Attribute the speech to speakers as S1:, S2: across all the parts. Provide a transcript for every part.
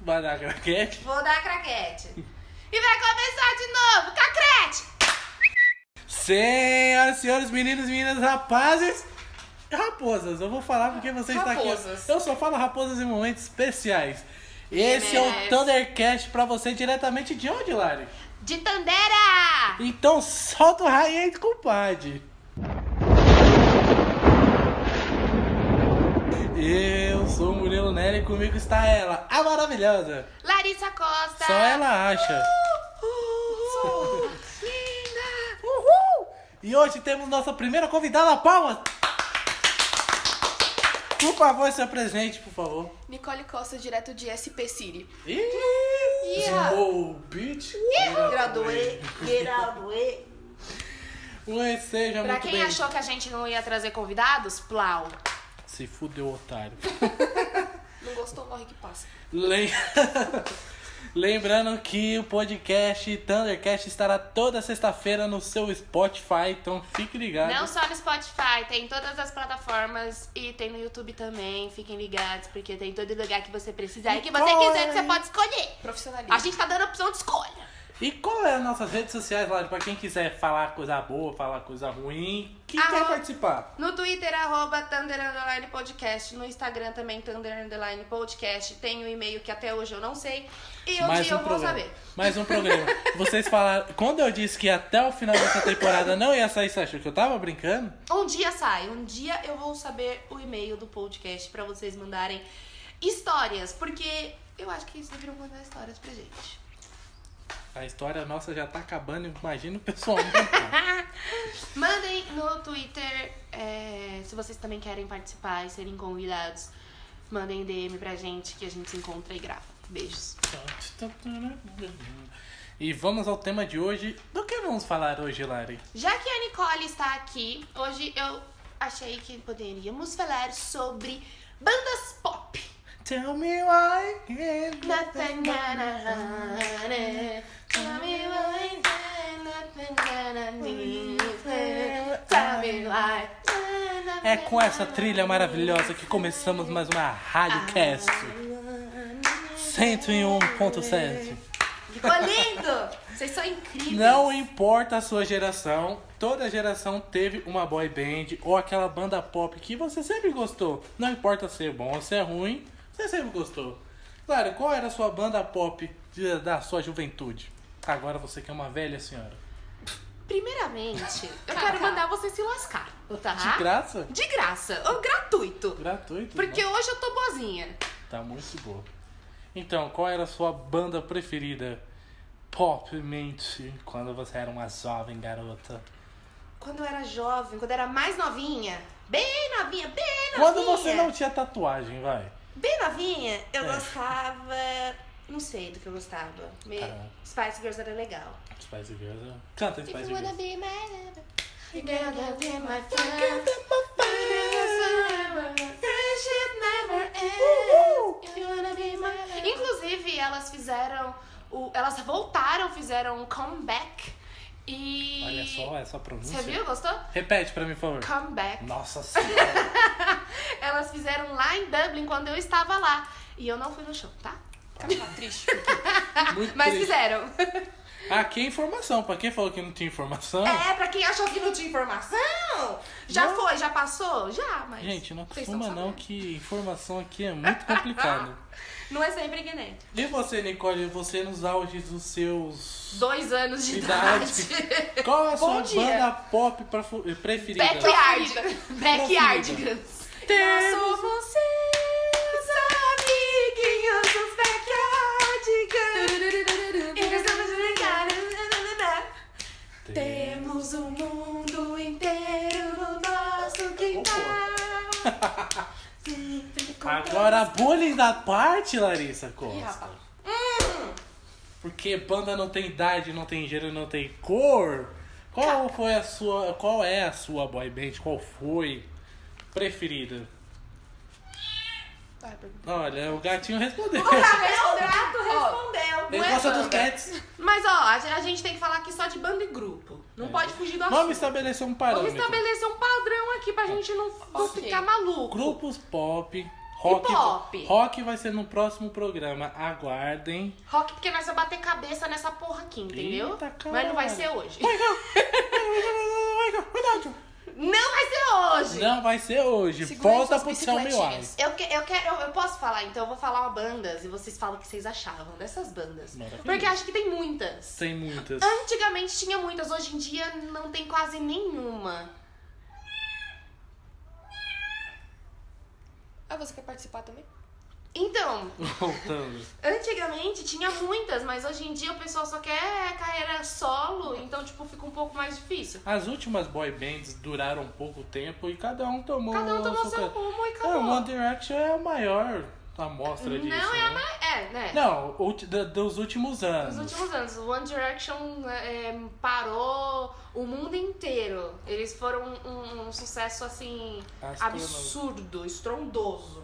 S1: Vai dar craquete?
S2: Vou dar craquete. E vai começar de novo, cacrete!
S1: Senhoras e senhores, meninos, meninas, rapazes, raposas. Eu vou falar porque você está
S2: Raposas.
S1: aqui. Eu só falo raposas em momentos especiais. Esse é o
S2: merece.
S1: Thundercast pra você diretamente de onde, Lari?
S2: De Tandera!
S1: Então solta o raio aí, compadre. Eu sou o Murilo Nery e comigo está ela, a maravilhosa.
S2: Larissa Costa!
S1: Só é- ela acha.
S2: Sou linda!
S1: Uhul! E hoje temos nossa primeira convidada, palmas! Por favor, se apresente, por favor.
S3: Nicole Costa, direto de SP City.
S1: Ih!
S2: Ih!
S1: Small bitch!
S4: Graduei, graduei.
S1: Oi, seja
S2: Pra
S1: muito
S2: quem
S1: bem.
S2: achou que a gente não ia trazer convidados, plau.
S1: Se fudeu, otário.
S3: Não gostou, morre que passa.
S1: Lem- Lembrando que o podcast Thundercast estará toda sexta-feira no seu Spotify, então fique ligado.
S2: Não só no Spotify, tem em todas as plataformas e tem no YouTube também. Fiquem ligados, porque tem em todo lugar que você precisar e que você
S1: Nicole!
S2: quiser que você pode escolher.
S3: Profissionalismo.
S2: A gente tá dando opção de escolha.
S1: E qual é as nossas redes sociais, Lari? Pra quem quiser falar coisa boa, falar coisa ruim, que quer
S2: Arroba-
S1: participar?
S2: No Twitter, arroba Thunder Underline Podcast. No Instagram também, Thunder Underline Podcast. Tem um e-mail que até hoje eu não sei. E um dia eu vou
S1: programa.
S2: saber.
S1: Mais um programa. Vocês falaram. Quando eu disse que até o final dessa temporada não ia sair, você achou que eu tava brincando?
S2: Um dia sai. Um dia eu vou saber o e-mail do podcast pra vocês mandarem histórias. Porque eu acho que eles deveriam mandar histórias pra gente.
S1: A história nossa já tá acabando, imagina o pessoal.
S2: Mandem no Twitter é, se vocês também querem participar e serem convidados. Mandem DM pra gente que a gente se encontra e grava. Beijos.
S1: e vamos ao tema de hoje. Do que vamos falar hoje, Lari?
S2: Já que a Nicole está aqui, hoje eu achei que poderíamos falar sobre bandas pop.
S1: Tell me why. can't-
S2: Nothing gonna hurt it. Tell me why it's nothing gonna leave it. Tell me why.
S1: É com essa trilha maravilhosa que começamos mais uma Radiocast 101.7.
S2: Ficou lindo! Vocês são incríveis.
S1: Não importa a sua geração, toda geração teve uma boy band ou aquela banda pop que você sempre gostou. Não importa se é bom ou se é ruim, você sempre gostou. Claro, qual era a sua banda pop de- da sua juventude? Agora você que é uma velha senhora.
S2: Primeiramente, eu quero mandar você se lascar, tá?
S1: De graça?
S2: De graça, ou gratuito.
S1: Gratuito.
S2: Porque hoje eu tô boazinha.
S1: Tá muito boa. Então, qual era a sua banda preferida popmente quando você era uma jovem garota?
S2: Quando eu era jovem, quando eu era mais novinha, bem novinha, bem novinha.
S1: Quando você não tinha tatuagem, vai.
S2: Bem novinha, eu
S1: É.
S2: gostava. Não sei do que eu gostava. Me...
S1: Caramba.
S2: Spice Girls era legal.
S1: Spice Girls. né? Canta Spice
S2: If you
S1: Girls.
S2: wanna be my lover, you gotta be my friend. Forever, friendship never ends. If you wanna be my lover. Inclusive, elas fizeram. O... Elas voltaram, fizeram um comeback. E.
S1: Olha só essa
S2: Você
S1: pronúncia.
S2: viu? Gostou?
S1: Repete pra mim, por favor.
S2: Comeback.
S1: Nossa senhora.
S2: Elas fizeram lá em Dublin quando eu estava lá. E eu não fui no show, tá?
S3: Tá triste.
S1: é Muito
S2: Mas
S1: triste.
S2: fizeram.
S1: Aqui é informação. Pra quem falou que não tinha informação,
S2: É, pra quem achou que não tinha informação, já foi, já passou? Já, mas.
S1: gente, não
S2: vocês
S1: costuma
S2: estão
S1: não
S2: sabendo.
S1: que informação aqui é muito complicado.
S2: Não é sempre que nem.
S1: e você, Nicole, você nos auges dos seus...
S2: Dois anos de idade.
S1: Idade. Qual a sua
S3: Bom dia.
S1: banda pop pra- eh, preferida?
S2: Backyard. Backyard. girls. Nós
S1: Temos-
S2: somos seus amiguinhos dos Backyard. girls. E gostamos de brincar. Temos o mundo inteiro no nosso quintal.
S1: Agora, bullying da parte, Larissa Costa. Hum.
S3: Ih, rapaz.
S1: Porque banda não tem idade, não tem gênero, não tem cor. Qual foi a sua. Qual é a sua boy band? Qual foi preferida?
S3: Vai, pergunta.
S1: Olha, o gatinho respondeu.
S2: O gato respondeu.
S1: Ele
S2: não é
S1: gosta dos
S2: banda.
S1: cats.
S2: Mas ó, a a gente tem que falar aqui só de banda e grupo. Não
S1: É.
S2: pode fugir do
S1: Vamos
S2: assunto.
S1: estabelecer um
S2: Vamos
S1: parâmetro.
S2: estabelecer um padrão aqui pra gente não, não
S3: Ok.
S2: ficar maluco.
S1: Grupos pop, Rock,
S2: pop.
S1: rock vai ser no próximo programa. Aguardem.
S2: Rock, porque nós vamos bater cabeça nessa porra aqui, entendeu?
S1: Eita, caralho.
S2: Mas não vai ser hoje. Não vai ser hoje!
S1: Não vai ser hoje.
S3: Segurem
S1: Volta
S3: suas
S1: pro Céu Meu
S3: bicicletinhas.
S2: Eu, que- eu quero, eu posso falar, então eu vou falar uma bandas e vocês falam o que vocês achavam dessas bandas.
S1: Maravilha.
S2: Porque acho que tem muitas.
S1: Tem muitas.
S2: Ah. Antigamente tinha muitas, hoje em dia não tem quase nenhuma.
S3: Ah, você quer participar também?
S2: Então,
S1: Voltando.
S2: antigamente tinha muitas, mas hoje em dia o pessoal só quer carreira solo, então tipo fica um pouco mais difícil.
S1: As últimas boy bands duraram pouco tempo e cada um tomou
S2: Cada um tomou
S1: seu
S2: seu
S1: canto.
S2: rumo e
S1: Ah,
S2: acabou.
S1: One Direction é a maior amostra disso.
S2: não é a
S1: né?
S2: mais. É, né?
S1: Não, ulti- da- dos últimos anos.
S2: Nos últimos anos, o One Direction né, é, parou o mundo inteiro. Eles foram um, um sucesso assim
S1: Astronômico.
S2: absurdo, estrondoso.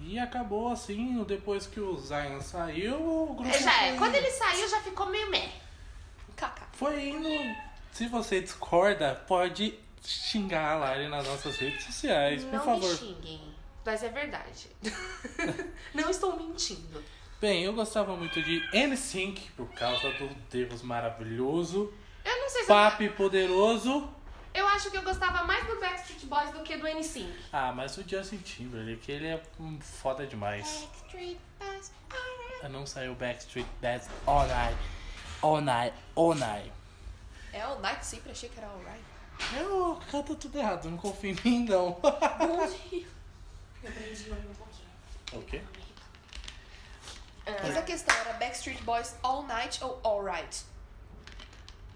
S1: E acabou assim, depois que o Zion saiu, o grupo
S2: É, Já é.
S1: foi-
S2: Quando ele saiu, já ficou meio meh.
S3: Kaká.
S1: foi indo. Se você discorda, pode xingar a Lari nas nossas redes sociais,
S2: Não
S1: por
S2: me
S1: favor.
S2: xinguem, mas é verdade. Não estou mentindo.
S1: Bem, eu gostava muito de NSYNC por causa do Deus maravilhoso,
S2: Eu não sei se eu,
S1: Papi poderoso.
S2: eu acho que eu gostava mais do Backstreet Boys do que do NSYNC.
S1: Ah, mas o Justin Timberlake, que ele é hum, foda demais.
S2: Backstreet Boys.
S1: Não saiu Backstreet Bass All Night, All Night, All Night.
S3: É o Night sempre, achei que era alright.
S1: Eu canto tudo errado, não confio em mim não.
S3: Eu aprendi de novo um pouquinho.
S1: O quê? É.
S3: Mas a questão era Backstreet Boys All Night ou Alright?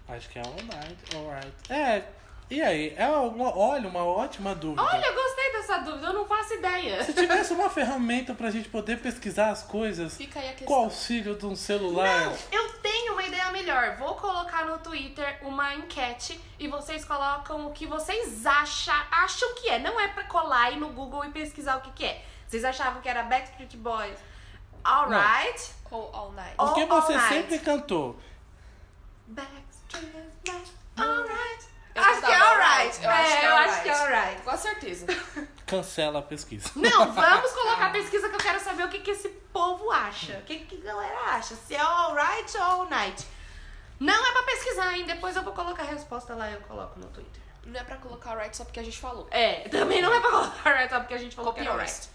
S1: Acho que é All Night, All Right. É, e aí? É uma, olha, uma ótima dúvida.
S2: Olha, eu gostei dessa dúvida, eu não faço ideia.
S1: Se tivesse uma ferramenta pra gente poder pesquisar as coisas
S3: Fica aí a questão.
S1: com o auxílio de um celular.
S2: Eu tenho uma ideia melhor. Vou colocar no Twitter uma enquete e vocês colocam o que vocês acham, acham que é. Não é pra colar aí no Google e pesquisar o que, que é. Vocês achavam que era Backstreet Boys? Alright.
S3: Ou All Night?
S2: All-
S1: O que você
S2: Night.
S1: sempre cantou.
S2: Backstreet Boys. Alright.
S3: Eu
S2: Acho que é
S3: tava
S2: alright.
S3: alright, eu acho que
S2: É,
S3: é
S2: eu acho que é
S3: alright.
S2: alright.
S3: Com a certeza.
S1: Cancela a pesquisa.
S2: Não, vamos colocar a pesquisa que eu quero saber o que, que esse povo acha. O que, que a galera acha? Se é alright ou all night. Não é pra pesquisar, hein? Depois eu vou colocar a resposta lá e eu coloco no Twitter.
S3: Não é pra colocar alright só porque a gente falou.
S2: É, também não é pra colocar alright só porque a gente falou que era
S3: Copiou-se.
S2: alright.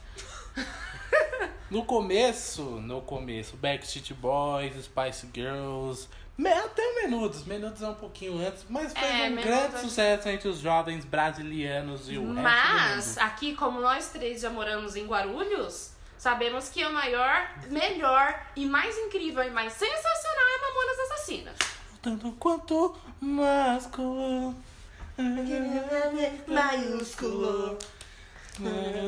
S1: No começo, no começo, Backstreet Boys, Spice Girls, me- até Menudos. Menudos é um pouquinho antes, mas fez
S2: É,
S1: um
S2: Menudos
S1: grande
S2: é-
S1: sucesso entre os jovens brasileiros e o resto
S2: Mas,
S1: do mundo.
S2: aqui, como nós três já moramos em Guarulhos, sabemos que o maior, melhor e mais incrível e mais sensacional é Mamonas Assassinas.
S1: Tanto quanto másculo.
S4: Maiúsculo.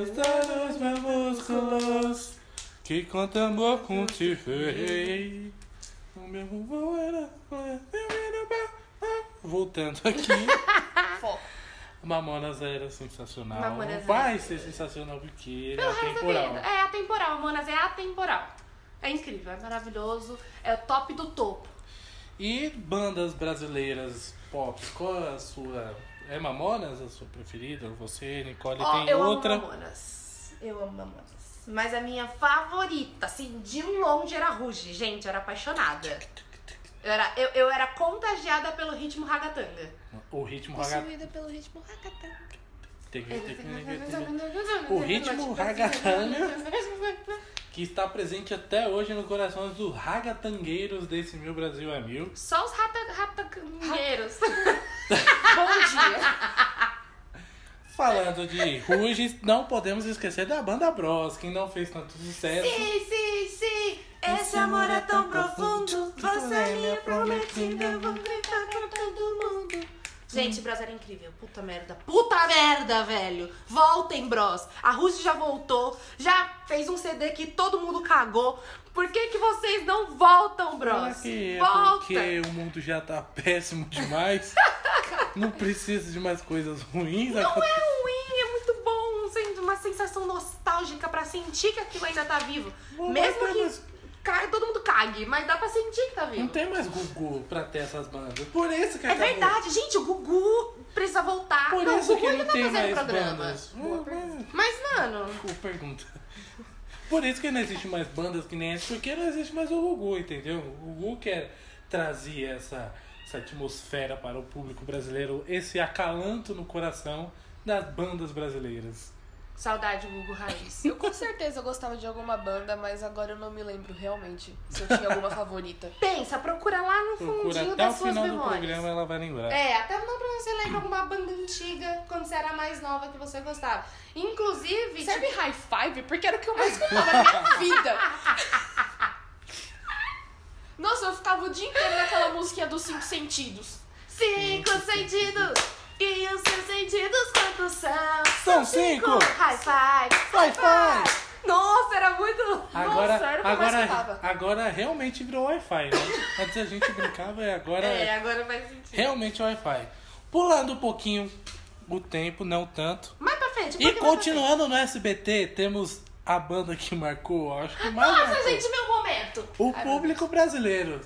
S1: Estão os meus músculos que quanto amor com te ferrei. O meu voo era. Voltando aqui.
S3: Foco.
S1: Mamonas era sensacional.
S2: Mamonas
S1: Vai
S2: era-
S1: ser sensacional porque ele
S2: Pelo
S1: é
S2: resto
S1: temporal.
S2: da vida. É atemporal, Mamonas é atemporal. É incrível, é maravilhoso, é o top do topo.
S1: E bandas brasileiras pop, qual a sua. É Mamonas a sua preferida? Você, Nicole,
S2: Ó,
S1: tem
S2: eu
S1: outra?
S2: amo Mamonas. Eu amo Mamonas. Mas a minha favorita, assim, de longe era Ruge. Gente, eu era apaixonada. Eu era, eu, eu era contagiada pelo ritmo ragatanga.
S1: O ritmo ragatanga.
S3: Possuída pelo ritmo ragatanga.
S2: é
S1: O
S2: Tipo assim,
S1: ritmo ragatanga que está presente até hoje no coração dos ragatangueiros desse Meu Brasil é Mil.
S2: Só os rata- ratacangueiros.
S3: Bom
S1: Falando de Ruges, não podemos esquecer da banda Bros, que não fez tanto sucesso.
S2: Sim, sim, sim. Esse amor é tão profundo. Você é minha prometida. Eu vou gritar pra todo mundo. Gente, Bros era incrível. Puta merda. Puta merda, velho. Voltem, Bros. A Ruge já voltou. Já fez um CD que todo mundo cagou. Por que, que vocês não voltam, Bros?
S1: Será que é
S2: Volta.
S1: porque o mundo já tá péssimo demais? não precisa de mais coisas ruins?
S2: Não é ruim, é muito bom. Sendo uma sensação nostálgica pra sentir que aquilo ainda tá vivo.
S1: Não é vai
S2: Mesmo
S1: ter
S2: que
S1: mais-
S2: ca- todo mundo cague, mas dá pra sentir que tá vivo.
S1: Não tem mais Gugu pra ter essas bandas. Por isso que
S2: É
S1: acabou.
S2: verdade, gente, o Gugu precisa voltar.
S1: Por
S2: não,
S1: isso
S2: o
S1: que
S2: Gugu
S1: não
S2: tá
S1: tem
S2: fazendo
S1: mais
S2: programa.
S1: bandas.
S2: Boa
S1: Hum,
S2: pergunta. Mas, mano,
S1: Boa pergunta. Por isso que não existe mais bandas que nem essa, porque não existe mais o Gugu, entendeu? O Gugu quer trazer essa, essa atmosfera para o público brasileiro, esse acalanto no coração das bandas brasileiras.
S2: saudade Gugu Raiz.
S3: Eu com certeza gostava de alguma banda, mas agora eu não me lembro realmente se eu tinha alguma favorita.
S2: Pensa, procura lá no
S1: Procura até
S2: fundinho
S1: o
S2: das suas
S1: final do
S2: memórias.
S1: programa, ela vai lembrar.
S2: É, até não pra você lembrar alguma banda antiga quando você era mais nova que você gostava. Inclusive,
S3: Serve
S2: tipo,
S3: high five? Porque era o que eu mais escutava na minha vida. Nossa, eu ficava o dia inteiro naquela musiquinha dos cinco sentidos.
S2: cinco sentidos e os seus sentidos quantos são?
S1: São cinco!
S2: High five!
S1: High five!
S2: Nossa, era muito.
S1: Agora,
S2: Nossa, era o que eu mais
S1: agora,
S2: escutava.
S1: agora realmente virou Wi-Fi, né? Antes a gente brincava e agora
S2: É, agora faz sentido.
S1: realmente é Wi-Fi. Pulando um pouquinho o tempo, não tanto.
S2: Mais pra frente. um
S1: E
S2: pouquinho mais pra
S1: continuando no SBT, temos a banda que marcou, acho que mais
S2: frente. Nossa,
S3: assim.
S1: marcou,
S2: gente, meu momento!
S1: o público brasileiro.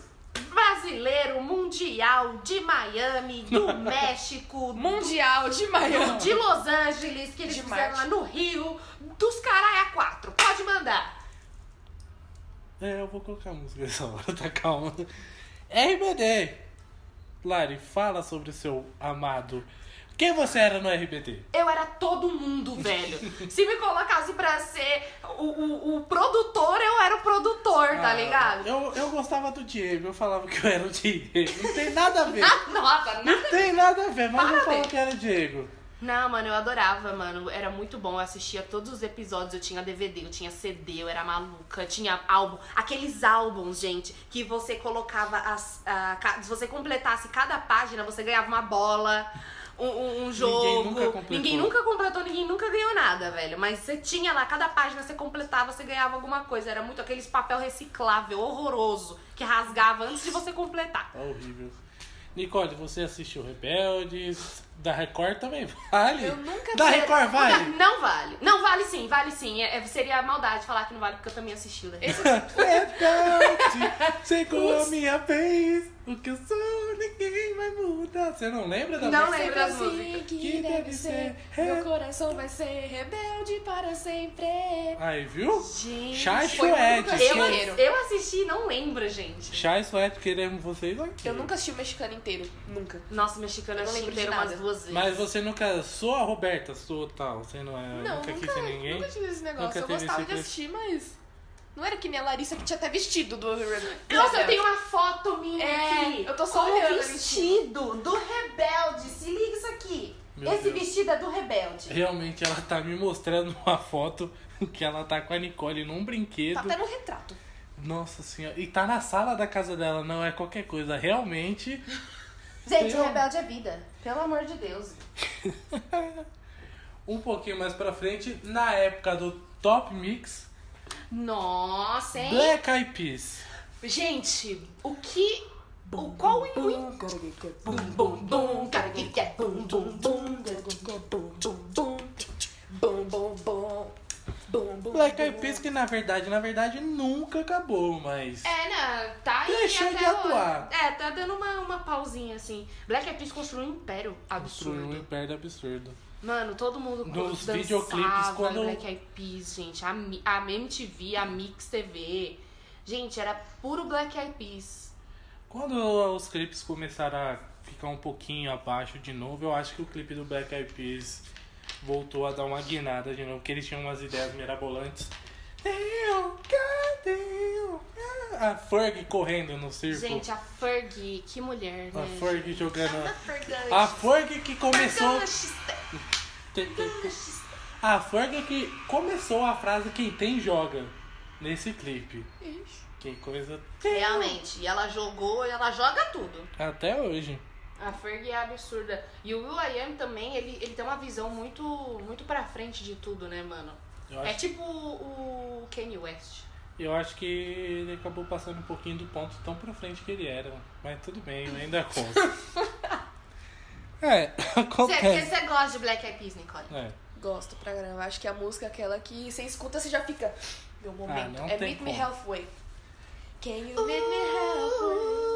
S2: Brasileiro, mundial, de Miami, do México,
S3: Mundial de Miami.
S2: de Los Angeles, que eles
S3: De
S2: fizeram
S3: Marte.
S2: lá no Rio, dos caralho a quatro. Pode mandar.
S1: É, eu vou colocar a música nessa hora, tá calma. RBD. Lari, fala sobre o seu amado. Quem você era no RBD?
S2: Eu era todo mundo, velho. Se me colocasse pra ser o, o, o produtor, eu era o produtor, tá
S3: Ah.
S2: ligado?
S1: Ah, Eu, eu gostava do Diego, eu falava que eu era o Diego. Não tem nada a ver.
S2: Ah, nossa, nada.
S1: Não tem nada a ver, mas
S2: Parabéns.
S1: eu falava que era o Diego.
S2: Não, mano, eu adorava, mano. Era muito bom. Eu assistia todos os episódios. Eu tinha DVD, eu tinha CD, eu era maluca. Eu tinha álbum. Aqueles álbuns, gente, que você colocava as. a ca- se você completasse cada página, você ganhava uma bola. Um, um- um jogo.
S1: nunca completou.
S2: Ninguém nunca completou, ninguém nunca ganhou nada, velho. Mas você tinha lá, cada página você completava, você ganhava alguma coisa. Era muito aqueles papel reciclável, horroroso, que rasgava antes de você completar.
S1: Tá horrível. Nicole, você assistiu Rebeldes? Da Record também vale?
S3: Eu nunca
S1: Da
S3: sei.
S1: Tá, Record vale?
S2: Não vale. Não vale sim, vale sim. É- é- seria maldade falar que não vale, porque eu também assisti o da Record.
S1: Rebelde, chegou a minha vez. O que eu sou, ninguém vai mudar. Você não lembra da
S2: Não
S1: música?
S2: lembro as
S3: assim,
S2: músicas.
S1: Que deve ser.
S3: Meu coração vai ser rebelde para sempre.
S1: Aí, viu?
S2: Gente,
S1: Chai
S3: foi muito
S1: Suede.
S2: eu,
S3: brasileiro.
S2: eu assisti e não lembro, gente.
S1: Chai Suede, queremos vocês aqui.
S3: Eu nunca assisti o mexicano inteiro. Nunca.
S2: Nossa, mexicano eu
S3: Eu não
S2: assisti
S3: lembro de
S2: inteiro
S3: nada.
S2: umas duas vezes.
S1: Mas você nunca sou a Roberta, sou tal. Você não é.
S3: Não,
S1: nunca,
S3: nunca,
S1: quis ser ninguém.
S3: nunca tive esse
S1: Nunca
S3: negócio. Eu
S1: teve
S3: gostava
S1: esse
S3: de assistir, mas. Não era que nem a Larissa que tinha até vestido do Rebelde.
S2: Nossa,
S1: um
S2: eu tenho uma foto minha
S3: É,
S2: aqui.
S3: eu tô só
S2: com o
S3: olhando,
S2: vestido do Rebelde. Se liga isso aqui.
S1: Meu
S2: Esse
S1: Deus.
S2: vestido é do Rebelde.
S1: Realmente ela tá me mostrando uma foto que ela tá com a Nicole num brinquedo.
S3: Tá até no retrato.
S1: Nossa senhora. E tá na sala da casa dela, não é qualquer coisa. Realmente.
S2: Gente,
S1: Tem um-
S2: Rebelde é vida. Pelo amor de Deus.
S1: Um pouquinho mais pra frente, na época do Top Mix,
S2: Nossa, hein?
S1: Black Eyed Peas.
S2: Gente, o que. O qual é o intuito. Bum, bum, bum, cara que
S3: é?
S2: quer bum, bum, bum.
S3: Bom, bom, bom. Bom, bom.
S1: Black Eyed Peas que na verdade, na verdade nunca acabou, mas...
S2: É, né? Tá aí
S1: Deixou
S2: até
S1: de
S2: hoje.
S1: atuar.
S2: É, tá dando uma, uma pausinha assim. Black Eyed Peas construiu um império
S1: Destruiu um
S2: absurdo.
S1: império absurdo.
S2: Mano, todo mundo
S1: Nos
S2: dançava
S1: videoclipes, quando-
S2: Black Eyed Peas, gente. A, Mi- a MTV, a Mix TV. Gente, era puro Black Eyed Peas.
S1: Quando os clipes começaram a ficar um pouquinho abaixo de novo, eu acho que o clipe do Black Eyed Peas voltou a dar uma guinada de novo, porque eles tinham umas ideias mirabolantes. Eu, cadê eu? Ah, A Ferg correndo no círculo.
S2: Gente, a Fergie, que mulher, né?
S1: Tipo. a Ferg jogando.
S2: Fergie.
S1: A Ferg que começou. A Ferg que começou a frase quem tem joga nesse clipe. Que coisa
S2: Realmente, e ela jogou, e ela joga tudo.
S1: até hoje.
S2: A Fergie é absurda. E o Will I Am também, ele, ele tem uma visão muito, muito pra frente de tudo, né, mano?
S1: Eu
S2: É
S1: acho,
S2: tipo o Kanye West.
S1: eu acho que ele acabou passando um pouquinho do ponto tão pra frente que ele era. Mas tudo bem, eu ainda conto. é, acontece.
S2: Você gosta de Black Eyed Peas, Nicole?
S1: É.
S3: Gosto pra caramba. Acho que a música é aquela que você escuta, você já fica. Meu momento.
S1: Ah, não
S3: é
S1: tem
S3: Meet Me
S1: como.
S3: Halfway. Can you meet me halfway?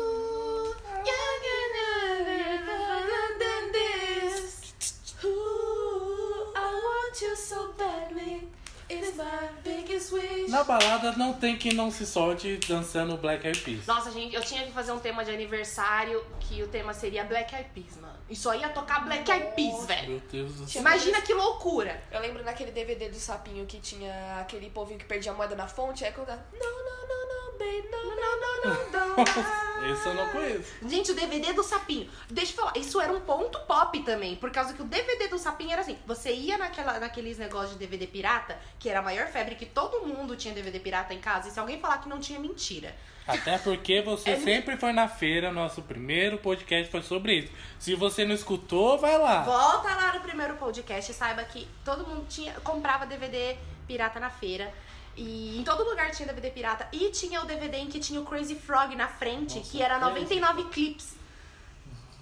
S3: It's my biggest wish.
S1: Na balada não tem quem não se solte dançando Black Eyed Peas.
S2: Nossa, gente, eu tinha que fazer um tema de aniversário que o tema seria Black Eyed Peas, mano. E só ia tocar Black Eyed Peas, velho.
S1: Meu Deus do céu.
S2: Imagina que loucura.
S3: Eu lembro naquele DVD do sapinho que tinha aquele povinho que perdia a moeda na fonte, aí quando ela, não, não, não, não, baby, não, não, não, não, não.
S1: Esse eu não conheço.
S2: Gente, o DVD do Sapinho. Deixa eu falar, isso era um ponto pop também. Por causa que o DVD do Sapinho era assim: você ia naquela, naqueles negócios de DVD pirata, que era a maior febre, que todo mundo tinha DVD pirata em casa. E se alguém falar que não tinha, mentira.
S1: Até porque você sempre foi na feira, nosso primeiro podcast foi sobre isso. Se você não escutou, vai lá.
S2: Volta lá no primeiro podcast e saiba que todo mundo tinha, comprava DVD pirata na feira. E em todo lugar tinha DVD pirata. E tinha o DVD em que tinha o Crazy Frog na frente,
S1: Nossa,
S2: que era
S1: Crazy
S2: 99 clips.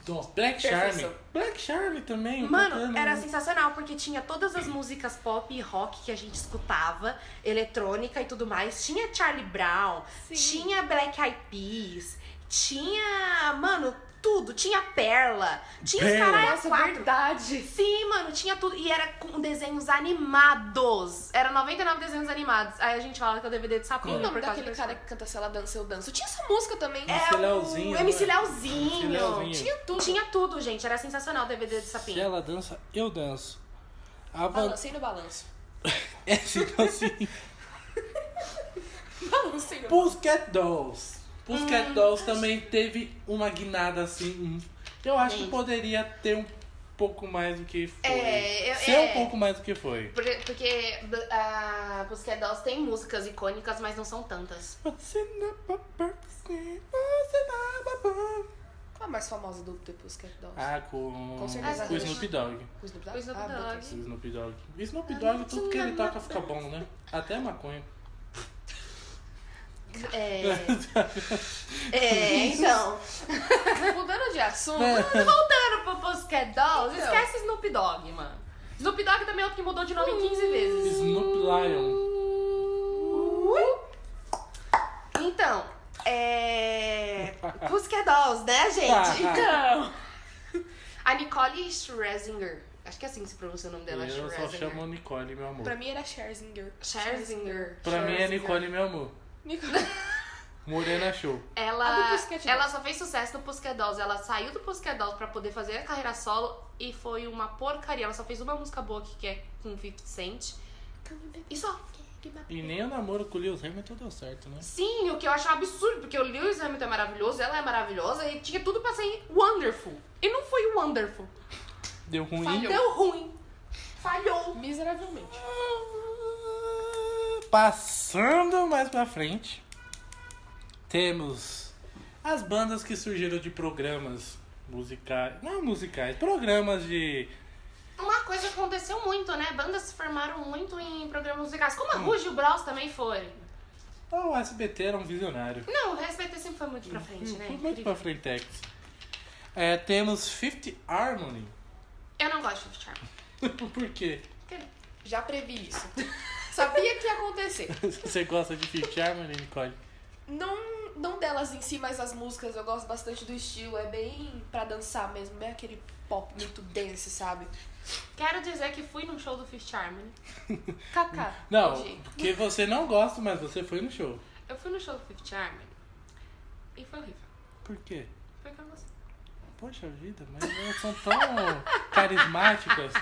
S1: Nossa, Black
S3: Perfeição.
S1: Charm. Black Charm também.
S2: Mano,
S1: bacana,
S2: era
S1: né?
S2: sensacional, porque tinha todas as músicas pop e rock que a gente escutava, eletrônica e tudo mais. Tinha Charlie Brown,
S3: Sim.
S2: tinha Black Eyed Peas, tinha, mano, tudo. Tinha Perla, tinha os
S1: Perla.
S2: caralho a
S3: Nossa,
S2: quatro.
S3: verdade.
S2: Sim, mano, tinha tudo. E era com desenhos animados. Era 99 desenhos animados. Aí a gente fala que é o DVD de sapinho.
S3: Qual o nome
S2: por causa
S3: daquele
S2: desse-
S3: cara que canta Se Ela Dança, Eu Danço? Tinha essa música também.
S1: MC
S2: É
S1: Leozinho,
S2: o MC
S1: né? MC
S2: Leozinho.
S1: Leozinho.
S2: Tinha tudo. Tinha tudo, gente. Era sensacional o DVD de
S1: Se
S2: sapinho.
S1: ela dança, eu danço. A van...
S3: Ah, Balancei no balanço.
S1: Esse assim.
S3: Balancei no balanço.
S1: Pussycat Dolls. Pussycat Dolls também teve uma guinada assim. hum. Eu acho que
S2: Gente.
S1: poderia ter um pouco mais do que foi.
S2: É, eu-
S1: Ser
S2: é.
S1: um pouco mais do que foi.
S2: Porque, porque b- a Pussycat Dolls tem músicas icônicas, mas não são tantas.
S1: Você não é papai, você- você não é papai.
S3: Qual a mais famosa do The Pussycat Dolls?
S1: Ah, com,
S3: Com certeza.
S1: com o Snoop Dogg.
S3: O Snoop
S2: O Snoop
S3: Ah,
S2: Dogg.
S3: Beatles.
S1: O Snoop Dogg. O Ah, Snoop Dogg, tudo que ele toca fica bom, né? Até maconha.
S2: É. é, então.
S3: Mudando de assunto,
S1: É.
S2: Voltando pro Pussycat Dolls,
S3: Então.
S2: esquece Snoop Dogg, mano. Snoop Dogg também é outro que mudou de nome 15 vezes.
S1: Snoop Lion.
S2: Então, é. Pussycat Dolls, né, gente?
S1: Tá.
S2: Então. A Nicole Scherzinger. Acho que é assim que se pronuncia o nome dela,
S1: eu só
S2: Scherzinger.
S1: chamo Nicole, meu amor.
S3: né? pra né?
S1: Pra,
S3: mim era Scherzinger.
S2: Scherzinger.
S1: mim é
S2: Scherzinger.
S1: Nicole, meu amor.
S3: Nicole.
S1: Morena Show.
S2: Ela,
S3: A do Pussycat Dolls.
S2: ela só fez sucesso no Pussycat Dolls. Ela saiu do Pussycat Dolls pra poder fazer a carreira solo e foi uma porcaria. Ela só fez uma música boa aqui, que é com 50 Cent. E só.
S1: E nem o namoro com o Lewis Hamilton deu certo, né?
S2: Sim, o que eu acho um absurdo, porque o Lewis Hamilton é maravilhoso, ela é maravilhosa e tinha tudo pra ser wonderful. E não foi wonderful.
S1: Deu ruim.
S3: Falhou.
S2: Deu ruim. Falhou.
S3: Miseravelmente.
S1: Então, Passando mais pra frente, temos as bandas que surgiram de programas musicais. Não musicais, programas de.
S2: Uma coisa que aconteceu muito, né? Bandas se formaram muito em programas musicais. Como
S1: Hum.
S2: a Ruge e o Bros também foram.
S1: Ah, o SBT era um visionário.
S2: Não, o SBT sempre foi muito pra frente, né?
S1: Foi muito pra frente. É, temos Fifth Harmony.
S2: Eu não gosto de Fifth Harmony.
S1: Por quê?
S3: Já previ isso. Sabia que ia acontecer.
S1: Você gosta de Fifth Harmony, Nicole?
S3: Não, não delas em si, mas as músicas eu gosto bastante do estilo. É bem pra dançar mesmo. É aquele pop muito dance, sabe?
S2: Quero dizer que fui num show do Fifth Harmony.
S3: Kaká.
S1: Hum, Não,
S3: hoje.
S1: porque você não gosta, mas você foi no show.
S2: Eu fui no show do Fifth Harmony e foi horrível.
S1: Por quê?
S2: Foi que eu não gostei.
S1: Poxa vida, mas elas são tão carismáticas.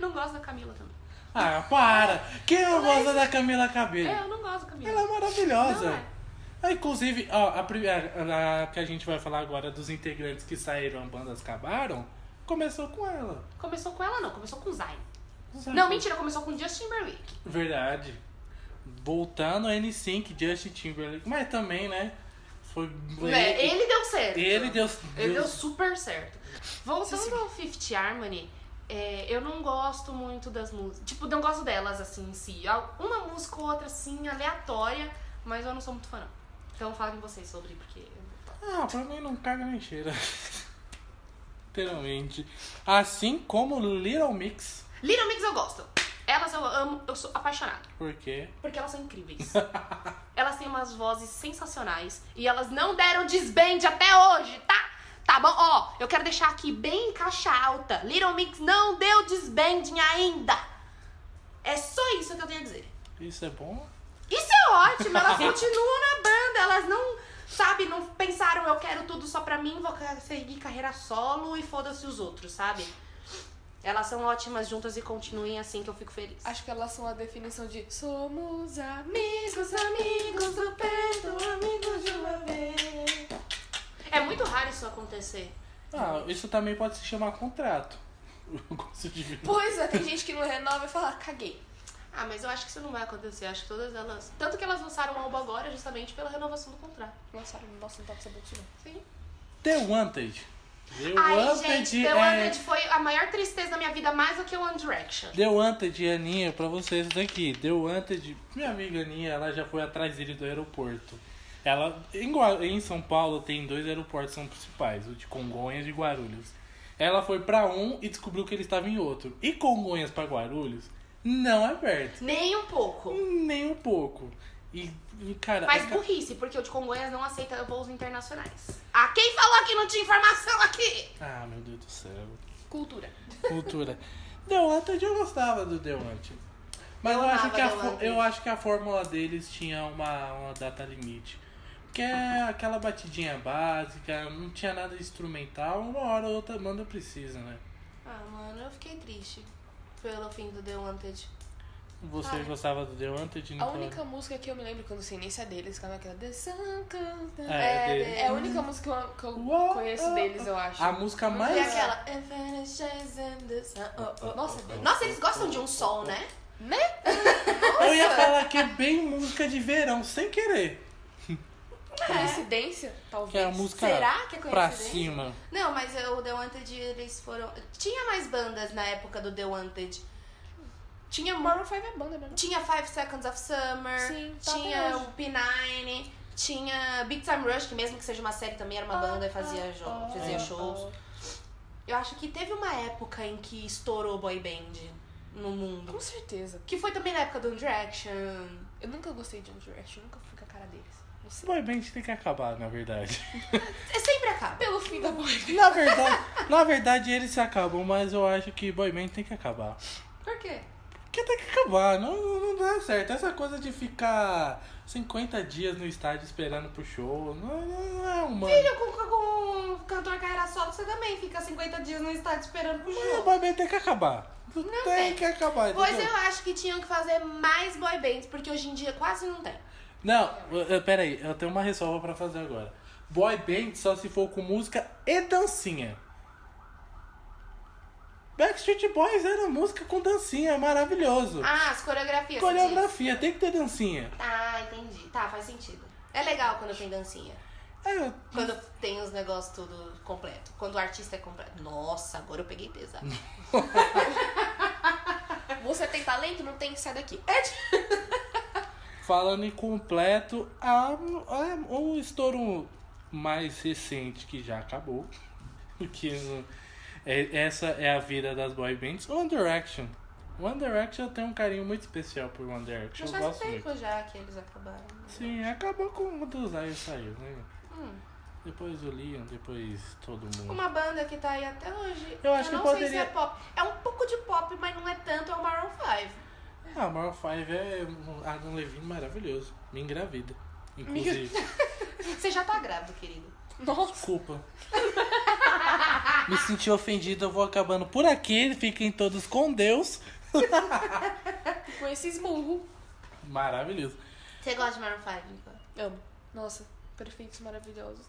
S2: Não gosto da Camila também.
S1: Ah, para! Quem não gosta da Camila Cabello?
S2: É, eu não gosto da Camila.
S1: Ela é maravilhosa.
S2: Não é.
S1: Ah, inclusive, ó, a, primeira, a que a gente vai falar agora dos integrantes que saíram, bandas acabaram, começou com ela.
S2: Começou com ela, não. Começou com Zayn.
S1: Sabe?
S2: Não, mentira. Começou com Justin Timberlake.
S1: Verdade. Voltando a N5, Justin Timberlake. Mas também, né? Foi.
S2: É, ele deu certo.
S1: Uhum. ele deu.
S2: Ele deu
S1: deu-
S2: super certo. Voltando ao Fifth Harmony, é, eu não gosto muito das músicas. Tipo, não gosto delas assim em si. Al- Uma música ou outra assim, aleatória, mas eu não sou muito fã, não. Então falem vocês sobre, porque. eu não gosto.
S1: Ah, pra mim não caga nem cheira. Literalmente. Assim como Little Mix.
S2: Little Mix eu gosto. Elas eu amo, eu sou apaixonada.
S1: Porque.
S2: Porque elas são incríveis. elas têm umas vozes sensacionais e elas não deram desband até hoje, tá? Tá bom? Ó, eu quero deixar aqui bem em caixa alta. Little Mix não deu desbanding ainda. É só isso que eu tenho a dizer.
S1: Isso é bom?
S2: Isso é ótimo, elas continuam na banda, elas não, sabe, não pensaram eu quero tudo só pra mim, vou ca- seguir carreira solo e foda-se os outros, sabe? Elas são ótimas juntas e continuem assim que eu fico feliz.
S3: Acho que elas são a definição de somos amigos, amigos do peito, amigos de uma vez.
S2: É muito raro isso acontecer.
S1: Ah, isso também pode se chamar contrato. Eu gosto de ver.
S3: Pois é, tem gente que não renova e fala, caguei.
S2: Ah, mas eu acho que isso não vai acontecer, acho que todas elas... Tanto que elas lançaram um álbum agora justamente pela renovação do contrato.
S3: Nossa, nossa, não toca essa boca, não.
S2: Sim.
S1: The Wanted. The
S2: Ai,
S1: Wanted
S2: gente, The
S1: é...
S2: Wanted foi a maior tristeza da minha vida, mais do que One Direction.
S1: The Wanted, Aninha, pra vocês daqui. The Wanted, minha amiga Aninha, ela já foi atrás dele do aeroporto. Ela, em, Gua- em São Paulo tem dois aeroportos são principais, o de Congonhas e Guarulhos. Ela foi pra um e descobriu que ele estava em outro. E Congonhas pra Guarulhos não é perto,
S2: Nem um pouco.
S1: nem um pouco. E, e, cara,
S2: Mas
S1: é ca-
S2: burrice, porque o de Congonhas não aceita voos internacionais. Ah, quem falou que não tinha informação aqui?
S1: ah, meu Deus do céu.
S3: Cultura.
S1: cultura. The Wanted eu gostava do The Wanted. Mas
S2: Eu
S1: eu, acho
S2: amava
S1: que a,
S2: The
S1: fo-
S2: Wanted.
S1: eu acho que a fórmula deles tinha uma, uma data limite. Que é aquela batidinha básica, não tinha nada instrumental, uma hora ou outra banda precisa, né?
S2: Ah, mano, eu fiquei triste pelo fim do The Wanted.
S1: Você gostava do The Wanted?
S3: A
S1: Nicola?
S3: única música que eu me lembro, que eu não sei nem se é deles, que é aquela The Sun Comes Down.
S1: É,
S3: É,
S1: deles.
S3: é a única música que eu, que eu
S1: Uou,
S3: conheço
S1: oh,
S3: deles, eu acho.
S1: A música mais...
S2: E aquela... "If it shines in the sun", oh, oh, oh.
S3: Nossa, bem-
S2: Nossa, eles gostam de um sol, né?
S1: Eu ia falar que é bem música de verão, sem querer.
S3: coincidência,
S1: Que é a
S3: talvez.
S1: música
S2: Será que é
S1: pra
S2: coincidência?
S1: cima.
S2: Não, mas o The Wanted, eles foram... Tinha mais bandas na época do The Wanted. Tinha mu-
S3: Maroon 5 é banda, né?
S2: Tinha Five Seconds of Summer,
S3: Sim, tá até
S2: tinha
S3: hoje.
S2: o P9, tinha Big Time Rush, que mesmo que seja uma série também era uma
S3: Ah,
S2: banda e fazia, jo-
S3: É.
S2: fazia shows. Eu acho que teve uma época em que estourou boy band no mundo.
S3: Com certeza.
S2: Que foi também na época do One Direction.
S3: Eu nunca gostei de One Direction, nunca fui com a cara deles. Não
S1: Esse
S3: sei.
S1: boy band tem que acabar, na verdade.
S2: É sempre acaba.
S3: Pelo fim da boy.
S1: Na verdade, na verdade eles se acabam, mas eu acho que boy band tem que acabar.
S3: Por quê?
S1: Porque tem que acabar, não, não dá certo. Essa coisa de ficar 50 dias no estádio esperando pro show, não, não, não é humano.
S2: Filho, com, com, com cantor carreira solo, você também fica 50 dias no estádio esperando pro
S1: Mas é o
S2: jogo.
S1: boy band tem que acabar. tem que acabar.
S2: Pois
S1: entendeu?
S2: eu acho que tinham que fazer mais boy bands, porque hoje em dia quase não tem.
S1: Não, eh, peraí, eu tenho uma ressalva pra fazer agora. Boy band só se for com música e dancinha. Backstreet Boys era música com dancinha, é maravilhoso.
S2: Ah, as coreografias. você diz.
S1: Coreografia, tem que ter dancinha.
S2: Ah, entendi. Tá, faz sentido. É legal quando tem dancinha.
S1: É,
S2: Quando tem os negócios tudo completo. Quando o artista é completo. Nossa, agora eu peguei pesado.
S1: Hum,
S3: Você tem talento, não tem, sai daqui.
S1: Falando em completo, a, a- o estouro mais recente que já acabou. Que isso- é- essa é a vida das boy bands. One Direction. One Direction eu tenho um carinho muito especial por One Direction. Eu
S2: Mas faz um
S1: gosto muito.
S2: tempo já que eles acabaram.
S1: Sim, acabou quando o Zion saiu, né? Depois o Leon, depois todo mundo.
S2: Uma banda que tá aí até hoje.
S1: Eu acho que
S2: não sei
S1: poderia-
S2: se é pop. É um pouco de pop, mas não é tanto, é o Maroon 5.
S1: Ah, Maroon 5 é um Adam Levine maravilhoso. Me engravida, inclusive.
S2: Você já tá grávido, querido.
S3: Nossa.
S1: Desculpa. Me senti ofendido, eu vou acabando por aqui. Fiquem todos com Deus.
S3: Com esse esmurro.
S1: Maravilhoso.
S2: Você gosta de Maroon 5, Nicola?
S3: Amo. Nossa, perfeitos, maravilhosos.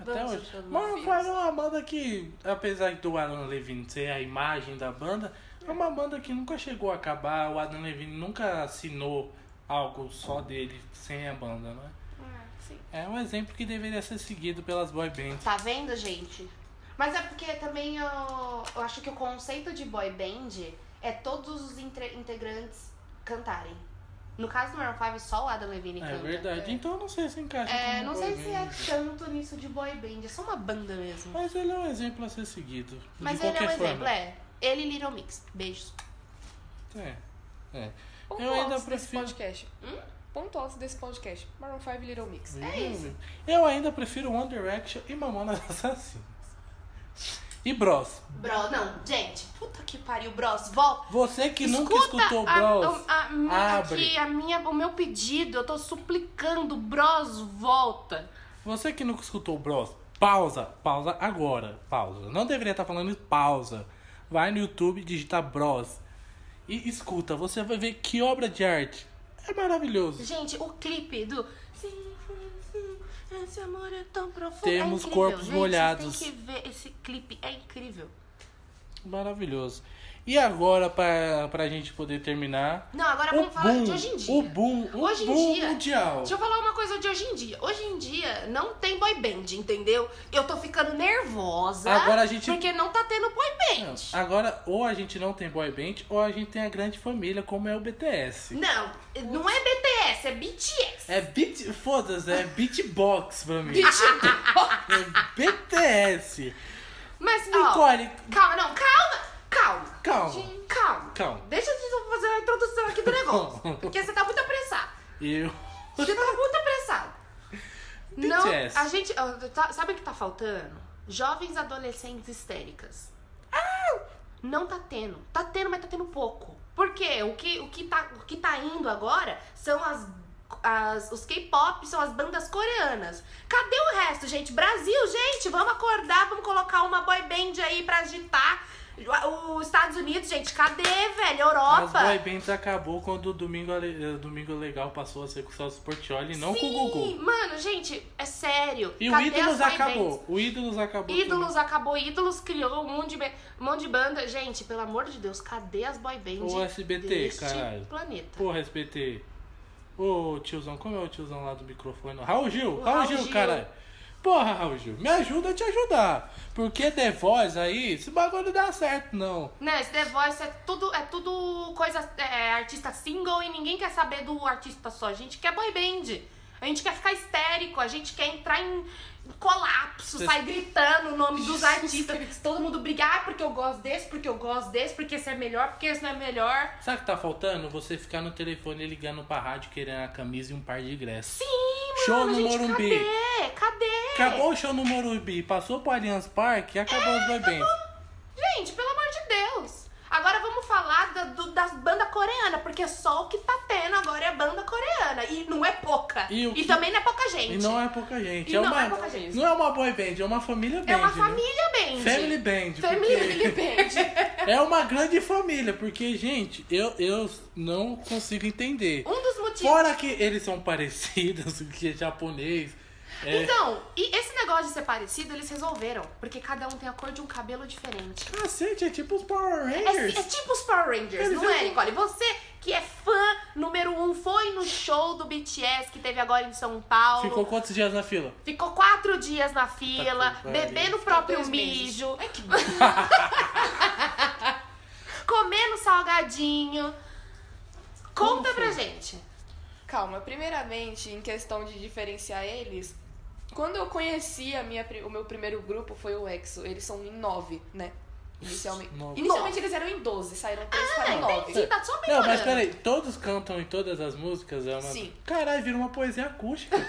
S3: então,
S1: Até
S2: Vamos,
S1: hoje.
S2: pelo
S1: Mano,
S2: menos.
S1: Fire é uma banda que, apesar do Adam Levine ser a imagem da banda, é uma banda que nunca chegou a acabar. O Adam Levine nunca assinou algo só dele, sem a banda, né?
S3: Ah, Sim.
S1: É um exemplo que deveria ser seguido pelas boy bands.
S2: Tá vendo, gente? Mas é porque também eu, eu acho que o conceito de boy band é todos os intre- integrantes cantarem. No caso do Maroon 5, só o Adam Levine canta.
S1: É verdade. Então eu não sei se encaixa
S2: É,
S1: como
S2: não
S1: boy
S2: sei se
S1: band.
S2: é tanto nisso de boy band, é só uma banda mesmo.
S1: Mas ele é um exemplo a ser seguido. de
S2: Mas ele é um
S1: qualquer forma.
S2: exemplo, é. Ele e Little Mix. Beijos.
S1: É. É.
S3: Ponto
S1: Eu ainda
S3: alto desse
S1: prefiro-
S3: podcast. Ponto alto desse podcast. Maroon 5 Little Mix.
S1: É Eu ainda prefiro One Direction e Mamonas Assassinas. E Bros,
S2: Bros, não, gente, puta que pariu, Bros, volta.
S1: você que nunca
S2: Escuta
S1: escutou
S2: a-
S1: Bros,
S2: a- a minha-
S1: abre.
S2: aqui, a minha, o meu pedido, eu tô suplicando, Bros, volta.
S1: Você que nunca escutou o Bros, pausa, pausa agora, pausa. Não deveria estar falando isso, pausa. Vai no YouTube, digita Bros e escuta, você vai ver que obra de arte. É maravilhoso.
S2: Gente, o clipe do. Sim, sim, sim, Esse amor é tão profundo.
S1: Temos
S2: é incrível,
S1: corpos
S2: gente,
S1: molhados.
S2: Vocês têm que ver esse clipe, é incrível.
S1: Maravilhoso. E agora, pra, pra gente poder terminar,
S2: Não, agora
S1: o
S2: vamos falar
S1: boom,
S2: de hoje em dia.
S1: o boom, o
S2: hoje
S1: boom
S2: em dia,
S1: mundial.
S2: Deixa eu falar uma coisa de hoje em dia. Hoje em dia não tem boy band, entendeu? Eu tô ficando nervosa.
S1: Agora a gente-
S2: Porque não tá tendo boy
S1: Não,
S2: band.
S1: Agora, ou a gente não tem boy band, ou a gente tem a grande família, como é o BTS.
S2: Não, não é BTS, é BTS.
S1: É beat. Foda-se, é beatbox pra mim. É BTS.
S2: Mas, ó,
S1: Nicole,
S2: calma, não, calma, calma.
S1: calma.
S2: Calma.
S1: Calma.
S2: Deixa eu fazer a introdução aqui do negócio. porque você tá muito apressado.
S1: Eu.
S2: Você tá muito apressado. Não,
S1: BTS.
S2: a gente. ó, tá- sabe o que tá faltando? Jovens adolescentes histéricas. Não tá tendo. Tá tendo, mas tá tendo pouco. Por quê? O que, o que, tá, o que tá indo agora são as. as- os K-pop são as bandas coreanas. Cadê o resto, gente? Brasil, gente, vamos acordar, vamos colocar uma boy band aí pra agitar. O- Os Estados Unidos, gente, cadê, velho?
S1: As
S2: Europa.
S1: boy bands acabou quando o Domingo, Ale- eh, Domingo Legal passou a ser com o Celso Portioli e não com o Gugu.
S2: Mano, gente, é sério.
S1: E o
S2: Cadê as
S1: Ídolos
S2: boy
S1: acabou.
S2: bands?
S1: O Ídolos acabou.
S2: Ídolos acabou, Ídolos criou um monte, de, be- um monte de banda. Gente, pelo amor de Deus, cadê as boy bands
S1: O SBT,
S2: deste
S1: caralho.
S2: planeta?
S1: Porra, SBT. Ô, tiozão, como é o tiozão lá do microfone? Raul Gil,
S2: O
S1: Raul
S2: Raul
S1: Gil,
S2: Gil.
S1: caralho. Porra, Raul Gil, me ajuda a te ajudar. Porque The Voice aí, esse bagulho não dá certo, não.
S2: Não, esse The Voice é tudo, é tudo coisa, é, artista single e ninguém quer saber do artista só. A gente quer boy band. A gente quer ficar histérico, a gente quer entrar em colapso,
S1: Vocês-
S2: sai gritando o nome dos artistas, todo mundo brigar "Ah, porque eu gosto desse, porque eu gosto desse, porque esse é melhor, porque esse não é melhor.
S1: Sabe o que tá faltando? Você ficar no telefone ligando pra rádio querendo a camisa e um par de ingressos.
S2: Sim,
S1: Show
S2: mano,
S1: no
S2: gente,
S1: Morumbi.
S2: cadê? Cadê?
S1: Acabou o show no Morumbi, passou pro Allianz Parque e acabou os boy bands.
S2: Gente, pelo amor de Deus. Agora vamos falar da, do- das bandas coreanas, porque só o que tá tendo agora é banda coreana. E não é pouca.
S1: E
S2: E,
S1: o que-
S2: também não é pouca gente.
S1: E não é pouca gente.
S2: E
S1: é
S2: não
S1: uma...
S2: é pouca gente.
S1: Não é uma boy band, é uma família band.
S2: É uma
S1: né?
S2: família band.
S1: Family band. porque-
S2: Family Family band.
S1: É uma grande família, porque, gente, eu, eu não consigo entender.
S2: Um dos motivos...
S1: Fora que eles são parecidos, que é japonês. É...
S2: Então, e esse negócio de ser parecido, eles resolveram. Porque cada um tem a cor de um cabelo diferente.
S1: Cacete, é tipo os Power Rangers.
S2: Então, É, é tipo os Power Rangers,
S1: Eles
S2: não é,
S1: são-
S2: Nicole? Você que é fã número um, foi no show do BTS que teve agora em São Paulo.
S1: Ficou quantos dias na fila?
S2: Ficou quatro dias na fila,
S1: Puta que Tá pariu.
S2: bebendo o próprio
S3: Dois meses.
S2: mijo,
S3: Ai, que
S2: comendo salgadinho.
S1: Como
S2: Conta
S1: foi?
S2: pra gente.
S3: Calma, primeiramente, em questão de diferenciar eles, quando eu conheci a minha, pri- o meu primeiro grupo foi o EXO. Eles são em nove, né? Inicialmente.
S1: Nove.
S3: Inicialmente eles eram em 12, saíram três para
S2: Entendi,
S3: nove.
S2: tá só melhorando.
S1: Não, mas peraí, todos cantam em todas as músicas? É uma...
S3: Sim.
S1: Caralho, vira uma poesia acústica.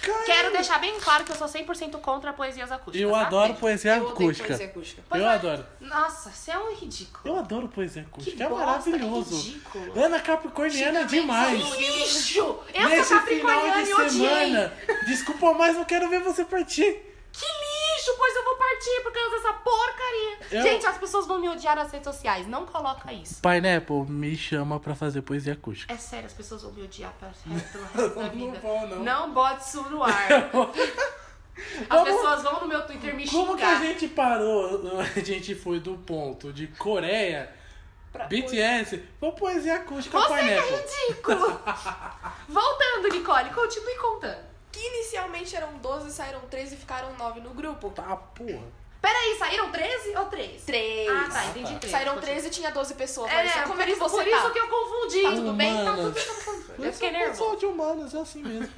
S1: Caralho.
S2: Quero deixar bem claro que eu sou 100% contra poesias acústicas.
S1: Eu
S2: tá?
S1: adoro poesia
S3: Eu odeio
S1: acústica.
S3: poesia acústica.
S2: Pois
S1: Eu
S2: é.
S1: adoro.
S2: Nossa, você é um ridículo.
S1: Eu adoro poesia acústica. é
S2: bosta,
S1: maravilhoso.
S2: que ridículo.
S1: Ana Capricorniana é
S2: Xingamentos
S1: demais.
S2: ao Lixo! Eu
S1: Nesse final
S2: sou capricorniana
S1: de
S2: e odiei.
S1: semana. Desculpa, mas não quero ver você partir.
S2: Que lixo, pois eu vou partir por causa dessa porcaria.
S1: Eu-
S2: Gente, as pessoas vão me odiar nas redes sociais. Não coloca isso.
S1: Pineapple me chama pra fazer poesia acústica.
S2: É sério, as pessoas vão me odiar pelo resto pelo resto da
S1: Não
S2: vida.
S1: vão, não.
S2: bote isso no ar. As
S1: Vamos-
S2: pessoas vão no meu Twitter me
S1: Como que a
S2: xingar.
S1: gente parou? A gente foi do ponto de Coreia,
S3: Pra-
S1: BTS, pra poesia acústica
S2: Você que é
S1: Pineapple.
S2: ridículo. Voltando, Nicole, continue contando.
S3: Que inicialmente eram 12, saíram 13 e ficaram 9 no grupo.
S1: Tá, porra.
S2: Peraí, saíram 13 ou 3?
S3: 3.
S2: Ah, tá, entendi. 13.
S3: Saíram
S2: Continua.
S3: 13 e tinha 12 pessoas.
S2: É,
S3: Mas
S2: é,
S3: como é que você
S2: por
S3: tá?
S2: isso que eu confundi.
S1: Tá
S2: tudo bem? Tá
S1: humanas.
S2: tudo sob controle. Eu
S1: Eu
S2: fiquei
S1: sou um
S2: nervosa.
S1: pessoal de humanas, é assim mesmo.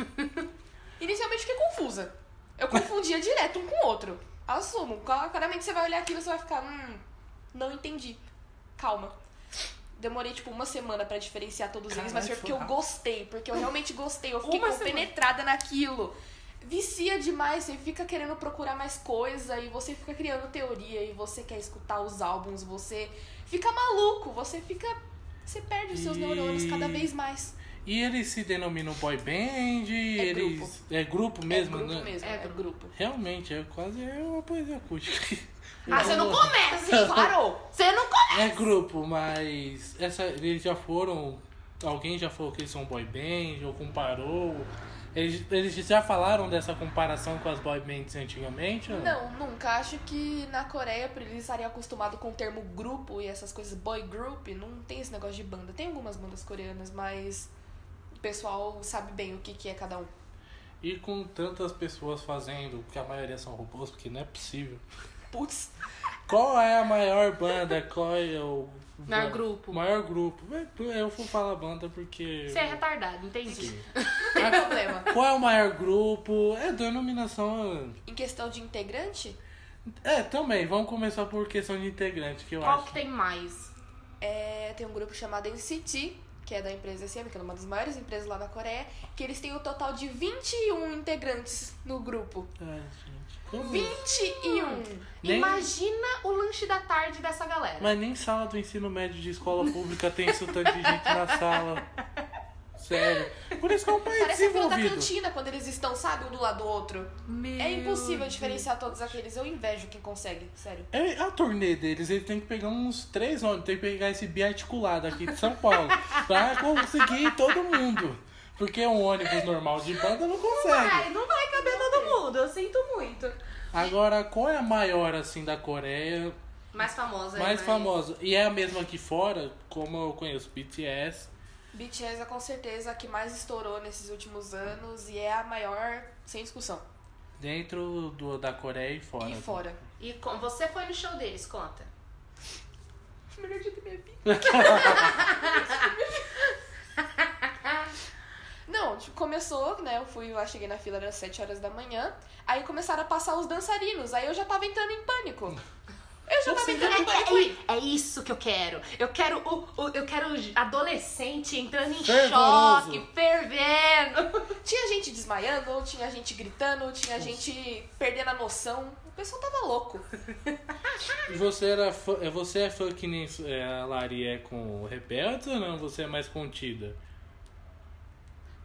S3: Inicialmente fiquei confusa. Eu confundia direto um com o outro. Assumo. Claramente você vai olhar aquilo e você vai ficar, hum, não entendi. Calma. Demorei tipo uma semana pra diferenciar todos eles, mas
S1: Caralho,
S3: foi porque
S1: foi
S3: eu
S1: rápido.
S3: gostei, porque eu realmente gostei, eu fiquei
S2: Uma
S3: penetrada naquilo. vicia demais, você fica querendo procurar mais coisa e você fica criando teoria e você quer escutar os álbuns, você fica maluco, você fica. Você perde os seus
S1: E-
S3: neurônios cada vez mais.
S1: E eles se denominam boy band, eles. É grupo mesmo,
S3: é grupo
S1: né?
S3: mesmo, é, grupo.
S1: Realmente, é quase é uma poesia acústica.
S2: Ah, você não começa, hein?
S3: Parou!
S2: Você não começa.
S1: É grupo, mas essa, eles já foram. Alguém já falou que eles são boy band ou comparou. Eles, eles já falaram dessa comparação com as boy bands antigamente? ou
S3: Não, nunca. Acho que na Coreia, por eles estarem acostumados com o termo grupo e essas coisas, boy group, não tem esse negócio de banda. Tem algumas bandas coreanas, mas o pessoal sabe bem o que, que é cada um.
S1: E com tantas pessoas fazendo, que a maioria são robôs, porque não é possível.
S3: Putz,
S1: Qual é a maior banda? Qual é o.
S2: Maior grupo.
S1: Maior grupo. É, Eu vou falar banda porque.
S2: Você é retardado, entendi.
S3: não tem problema.
S1: Qual é o maior grupo? É denominação.
S3: Em questão de integrante,
S1: É, também. Vamos começar por questão de integrante, que eu
S2: Qual
S1: acho.
S2: que tem mais?
S3: É, tem um grupo chamado NCT, que é da empresa SM, que é uma das maiores empresas lá na Coreia, que eles têm o total de 21 integrantes no grupo.
S1: Ai, gente. Como...
S3: 21!
S1: Nem-
S2: um. Imagina o lanche da tarde dessa galera.
S1: Mas nem sala do ensino médio de escola pública tem isso tanto de gente na sala. Sério. Por isso que é um país
S3: Parece a fila da
S1: desenvolvido.
S3: cantina quando eles estão, sabe, um do lado do outro.
S2: Meu
S3: É impossível
S2: Deus.
S3: diferenciar todos aqueles. Eu invejo quem consegue, sério.
S1: É a turnê deles, ele tem que pegar uns três ônibus, tem que pegar esse biarticulado aqui de São Paulo pra conseguir todo mundo. Porque um ônibus normal de banda não consegue.
S2: Ai, não vai caber todo mundo, eu sinto muito.
S1: Agora, qual é a maior assim da Coreia?
S2: Mais famosa. né?
S1: mais famosa. E é a mesma aqui fora, como eu conheço BTS.
S3: BTS é com certeza a que mais estourou nesses últimos anos e é a maior, sem discussão.
S1: Dentro do, da Coreia e fora. né?
S3: E fora.
S2: E com- você foi no show deles, conta.
S3: Melhor dia da minha vida. Não, tipo, começou, né? Eu fui lá, cheguei na fila, era 7 horas da manhã. Aí começaram a passar os dançarinos. Aí eu já tava entrando em pânico. Eu já tava entrando em pânico. e-
S2: É, é- é isso que eu quero. Eu quero o, o- eu quero o adolescente entrando em
S1: Fervoroso.
S2: choque, fervendo.
S3: Tinha gente desmaiando, tinha gente gritando, tinha gente perdendo a noção. O pessoal tava louco.
S1: E você, era fã, é, você é fã que nem é, a Lari é com o Rebeldes ou não? Você é mais contida?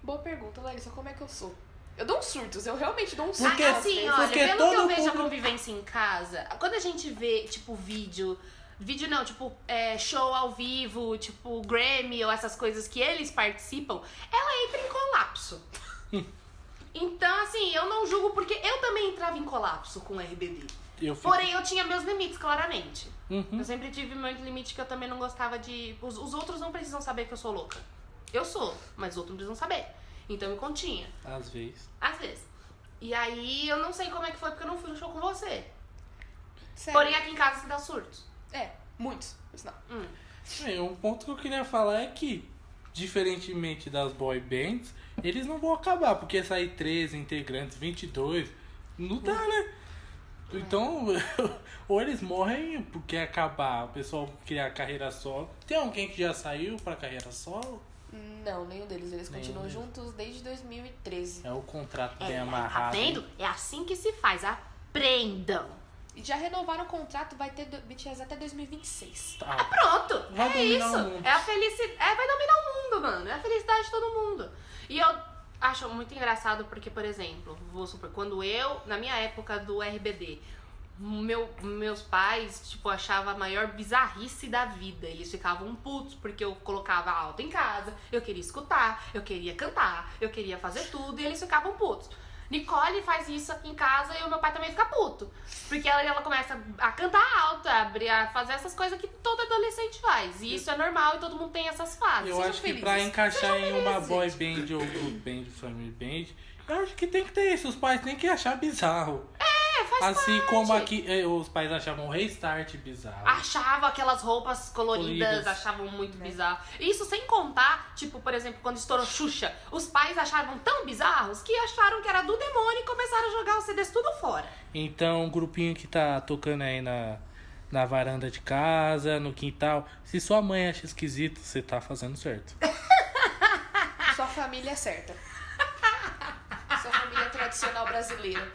S3: Boa pergunta, Larissa, como é que eu sou? Eu dou uns surtos, eu realmente dou uns
S1: Por
S3: surtos.
S1: quê?
S3: às
S2: assim,
S3: vezes.
S2: olha,
S1: porque
S2: pelo
S1: todo
S2: que eu vejo a
S1: público-
S2: convivência em casa, quando a gente vê, tipo, vídeo. Vídeo não, tipo, é, show ao vivo, tipo, Grammy ou essas coisas que eles participam, ela entra em colapso. então, assim, eu não julgo porque eu também entrava em colapso com o RBD.
S1: Eu fico...
S2: Porém, eu tinha meus limites, claramente.
S1: Uhum.
S2: Eu sempre tive muito limite que eu também não gostava de. Os, os outros não precisam saber que eu sou louca. Eu sou, mas os outros não precisam saber. Então eu me continha,
S1: Às vezes.
S2: às vezes. E aí eu não sei como é que foi porque eu não fui no show com você.
S3: Sério.
S2: Porém, aqui em casa se dá surtos.
S3: É, muitos. por sinal.
S1: Bem, um ponto que eu queria falar é que, diferentemente das boy bands, eles não vão acabar, porque sair 13 integrantes, 22, não dá, né? Então, ou eles morrem porque acabar, o pessoal criar carreira solo. Tem alguém que já saiu pra carreira solo?
S3: Não, nenhum deles. Eles continuam juntos desde 2013.
S1: É o contrato
S2: É,
S1: bem
S2: tá
S1: amarrado.
S2: vendo? É assim que se faz. Aprendam.
S3: E já renovaram o contrato, vai ter do- BTS até 2026.
S1: Tá.
S2: Pronto,
S1: Vai
S2: é
S1: dominar o
S2: isso.
S1: mundo.
S2: É a felicidade. É, vai dominar o mundo, mano. É a felicidade de todo mundo. E eu acho muito engraçado porque, por exemplo, vou supor, quando eu, na minha época do RBD, meu, meus pais, tipo, achavam a maior bizarrice da vida. Eles ficavam putos porque eu colocava alto em casa, eu queria escutar, eu queria cantar, eu queria fazer tudo e eles ficavam putos. Nicole faz isso aqui em casa e o meu pai também fica puto. Porque ela, ela começa a cantar alto, a, abrir- a fazer essas coisas que todo adolescente faz. E isso é normal e todo mundo tem essas fases.
S1: Eu
S3: Ah, Sejam
S1: acho que
S3: felizes.
S1: pra encaixar em uma
S3: felizes,
S1: boy band ou group band, family band, eu acho que tem que ter isso. Os pais têm que achar bizarro. É, faz Assim como aqui eh, os pais achavam restart bizarro.
S3: Ah.
S2: Achava aquelas roupas coloridas,
S1: Coloridas.
S2: achavam
S3: É.
S2: muito bizarro. Isso sem contar, tipo, por exemplo, quando estourou Xuxa, os pais achavam tão bizarros que acharam que era do demônio e começaram a jogar os CDs tudo fora.
S1: Então, o grupinho que tá tocando aí na, na varanda de casa, no quintal, se sua mãe acha esquisito, você tá fazendo certo.
S3: Sua família é certa. Sua família tradicional brasileira.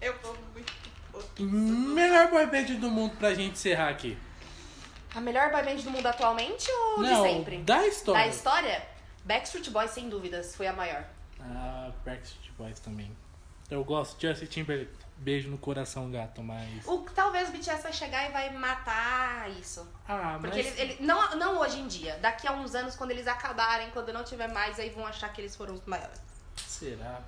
S4: Eu tô muito.
S1: Melhor boy band do mundo pra gente encerrar aqui.
S3: A melhor boy band do mundo atualmente ou
S1: Não,
S3: de sempre?
S1: da história.
S3: Da história? Backstreet Boys, sem dúvidas, foi a maior.
S1: Ah, Backstreet Boys também. Eu gosto de Justin Timberlake. Beijo no coração, gato, mas...
S3: O, talvez o BTS vai chegar e vai matar isso.
S1: Ah,
S3: Porque
S1: mas...
S3: eles, ele- não, não hoje em dia, daqui a uns anos, quando eles acabarem, quando não tiver mais, aí vão achar que eles foram os maiores.
S1: Será?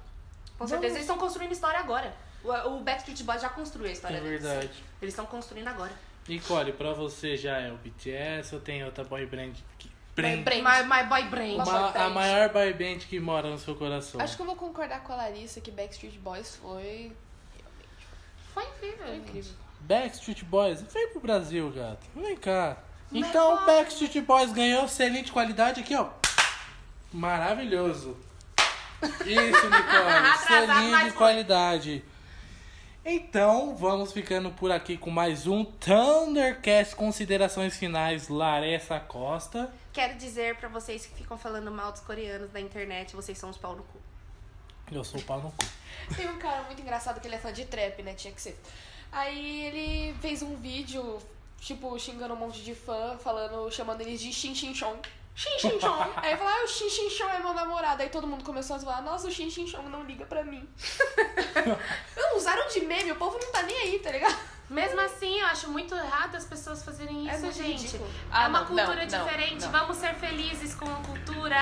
S1: É
S3: Com certeza, eles estão construindo história agora. O, o Backstreet Boys já construiu a história
S1: É
S3: deles.
S1: verdade.
S3: Eles estão construindo agora.
S1: Nicole, pra você já é o BTS ou tem outra boy band que... Brand.
S3: My, my boy brain.
S1: Uma-
S3: Boy
S1: a
S3: band.
S1: maior boy band que mora no seu coração.
S5: Acho que eu vou concordar com a Larissa que Backstreet Boys foi.
S3: Foi incrível, gente.
S5: incrível.
S1: Backstreet Boys, vem pro Brasil, gato. Vem cá. Então, Backstreet Boys ganhou excelente qualidade aqui, ó. Maravilhoso. Isso, Nicole. excelente qualidade. Então, vamos ficando por aqui com mais um Thundercast Considerações Finais Laressa Costa.
S3: Quero dizer pra vocês que ficam falando mal dos coreanos da internet, vocês são os pau no cu.
S1: Eu sou o pau no cu.
S5: Tem um cara muito engraçado que ele é fã de trap, né? Tinha que ser. Aí ele fez um vídeo, tipo, xingando um monte de fã, falando, chamando eles de Xin Xin Chon. Xin Xin Chon. Aí ele falou, ah, o Xin Xin Chon é meu namorado. Aí todo mundo começou a falar, nossa, o Xin Xin Chon não liga pra mim. não, usaram de meme, o povo não tá nem aí, tá ligado?
S2: Mesmo assim, eu acho muito errado as pessoas fazerem
S5: É
S2: isso,
S5: muito
S2: gente.
S5: ridículo.
S2: é
S3: Ah,
S2: uma
S3: não,
S2: cultura
S3: não, não,
S2: diferente.
S3: não.
S2: Vamos ser felizes com a cultura.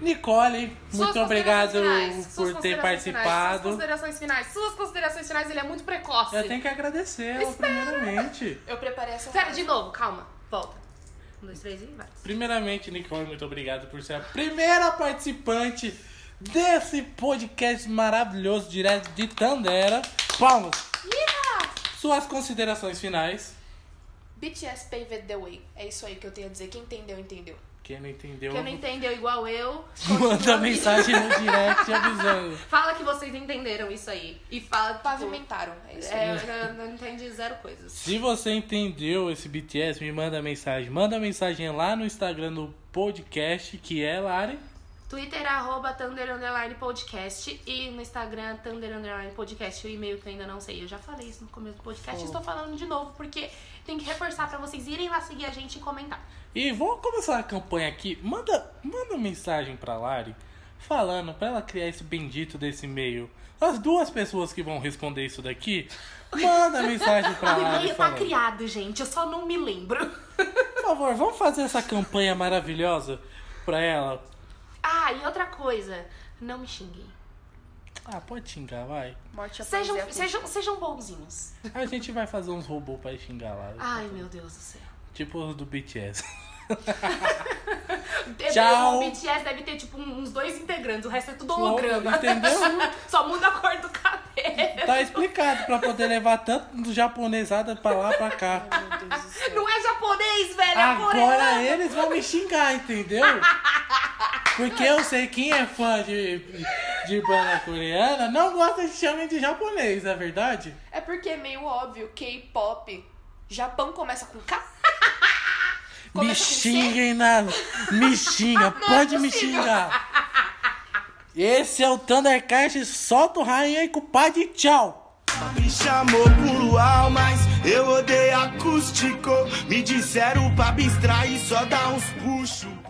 S1: Nicole,
S2: Suas
S1: muito
S2: considerações
S1: obrigado
S2: finais, suas
S1: por ter
S2: considerações Finais, suas
S1: participado.
S2: considerações finais. Suas considerações finais, ele é muito precoce.
S1: Eu tenho que agradecer, ela, primeiramente.
S5: Eu preparei essa
S2: Espera, de novo, calma. Volta. Um, dois, três e vai.
S1: Primeiramente, Nicole, muito obrigado por ser a primeira participante desse podcast maravilhoso direto de Tandera. Palmas! Suas considerações finais.
S5: BTS Paved the Way. É isso aí que eu tenho a dizer. Quem entendeu, entendeu.
S1: Quem não entendeu,
S2: Quem não entendeu igual eu,
S1: manda mensagem no direct avisando.
S2: fala que vocês entenderam isso aí. E fala. Tipo,
S5: Pavimentaram. É isso aí.
S2: é, eu não- não entendi zero coisas.
S1: Se você entendeu esse BTS, me manda mensagem. Manda mensagem lá no Instagram do podcast, que é Lari.
S2: Twitter, arroba Thunder Underline Podcast. E no Instagram, Thunder Underline Podcast. O e-mail que eu ainda não sei. Eu já falei isso no começo do podcast. e Estou falando de novo, porque tem que reforçar pra vocês irem lá seguir a gente e comentar. Ah,
S1: E vamos começar a campanha aqui. Manda, manda mensagem pra Lari falando pra ela criar esse bendito desse e-mail. As duas pessoas que vão responder isso daqui, manda mensagem pra
S2: O
S1: Lari
S2: e-mail tá
S1: falando.
S2: criado, gente. Eu só não me lembro.
S1: Por favor, vamos fazer essa campanha maravilhosa pra ela.
S2: Ah, e outra coisa. Não me xinguem.
S1: Ah, pode xingar, vai.
S5: é, Morte
S3: Tá
S5: a
S2: Sejam,
S5: poesia.
S2: sejam, sejam bonzinhos.
S1: A gente vai fazer uns robôs pra xingar lá.
S2: Ai, meu Deus do céu.
S1: Tipo os do BTS.
S2: Tchau. O É BTS deve ter, tipo, uns dois integrantes. O resto é tudo holograma.
S1: Entendeu?
S2: Só muda a cor do cabelo.
S1: Tá explicado pra poder levar tanto japonesada pra lá, pra cá.
S5: Meu Deus do céu.
S2: Não é japonês, velho. É coreano.
S1: Agora eles vão me xingar, entendeu? Porque eu sei quem é fã de, de banda coreana não gosta de chamem de japonês, não é verdade?
S5: É porque é meio óbvio, K-pop, Japão começa com K.
S1: me
S5: Começa com C? é
S1: xinguem na. Me xinga, pode me xingar. Esse é o Thundercast, solta o raio aí, compadre, e tchau.
S6: Me chamou por luau, mas eu odeio acústico. Me disseram pra abstrair, só dá uns puxos.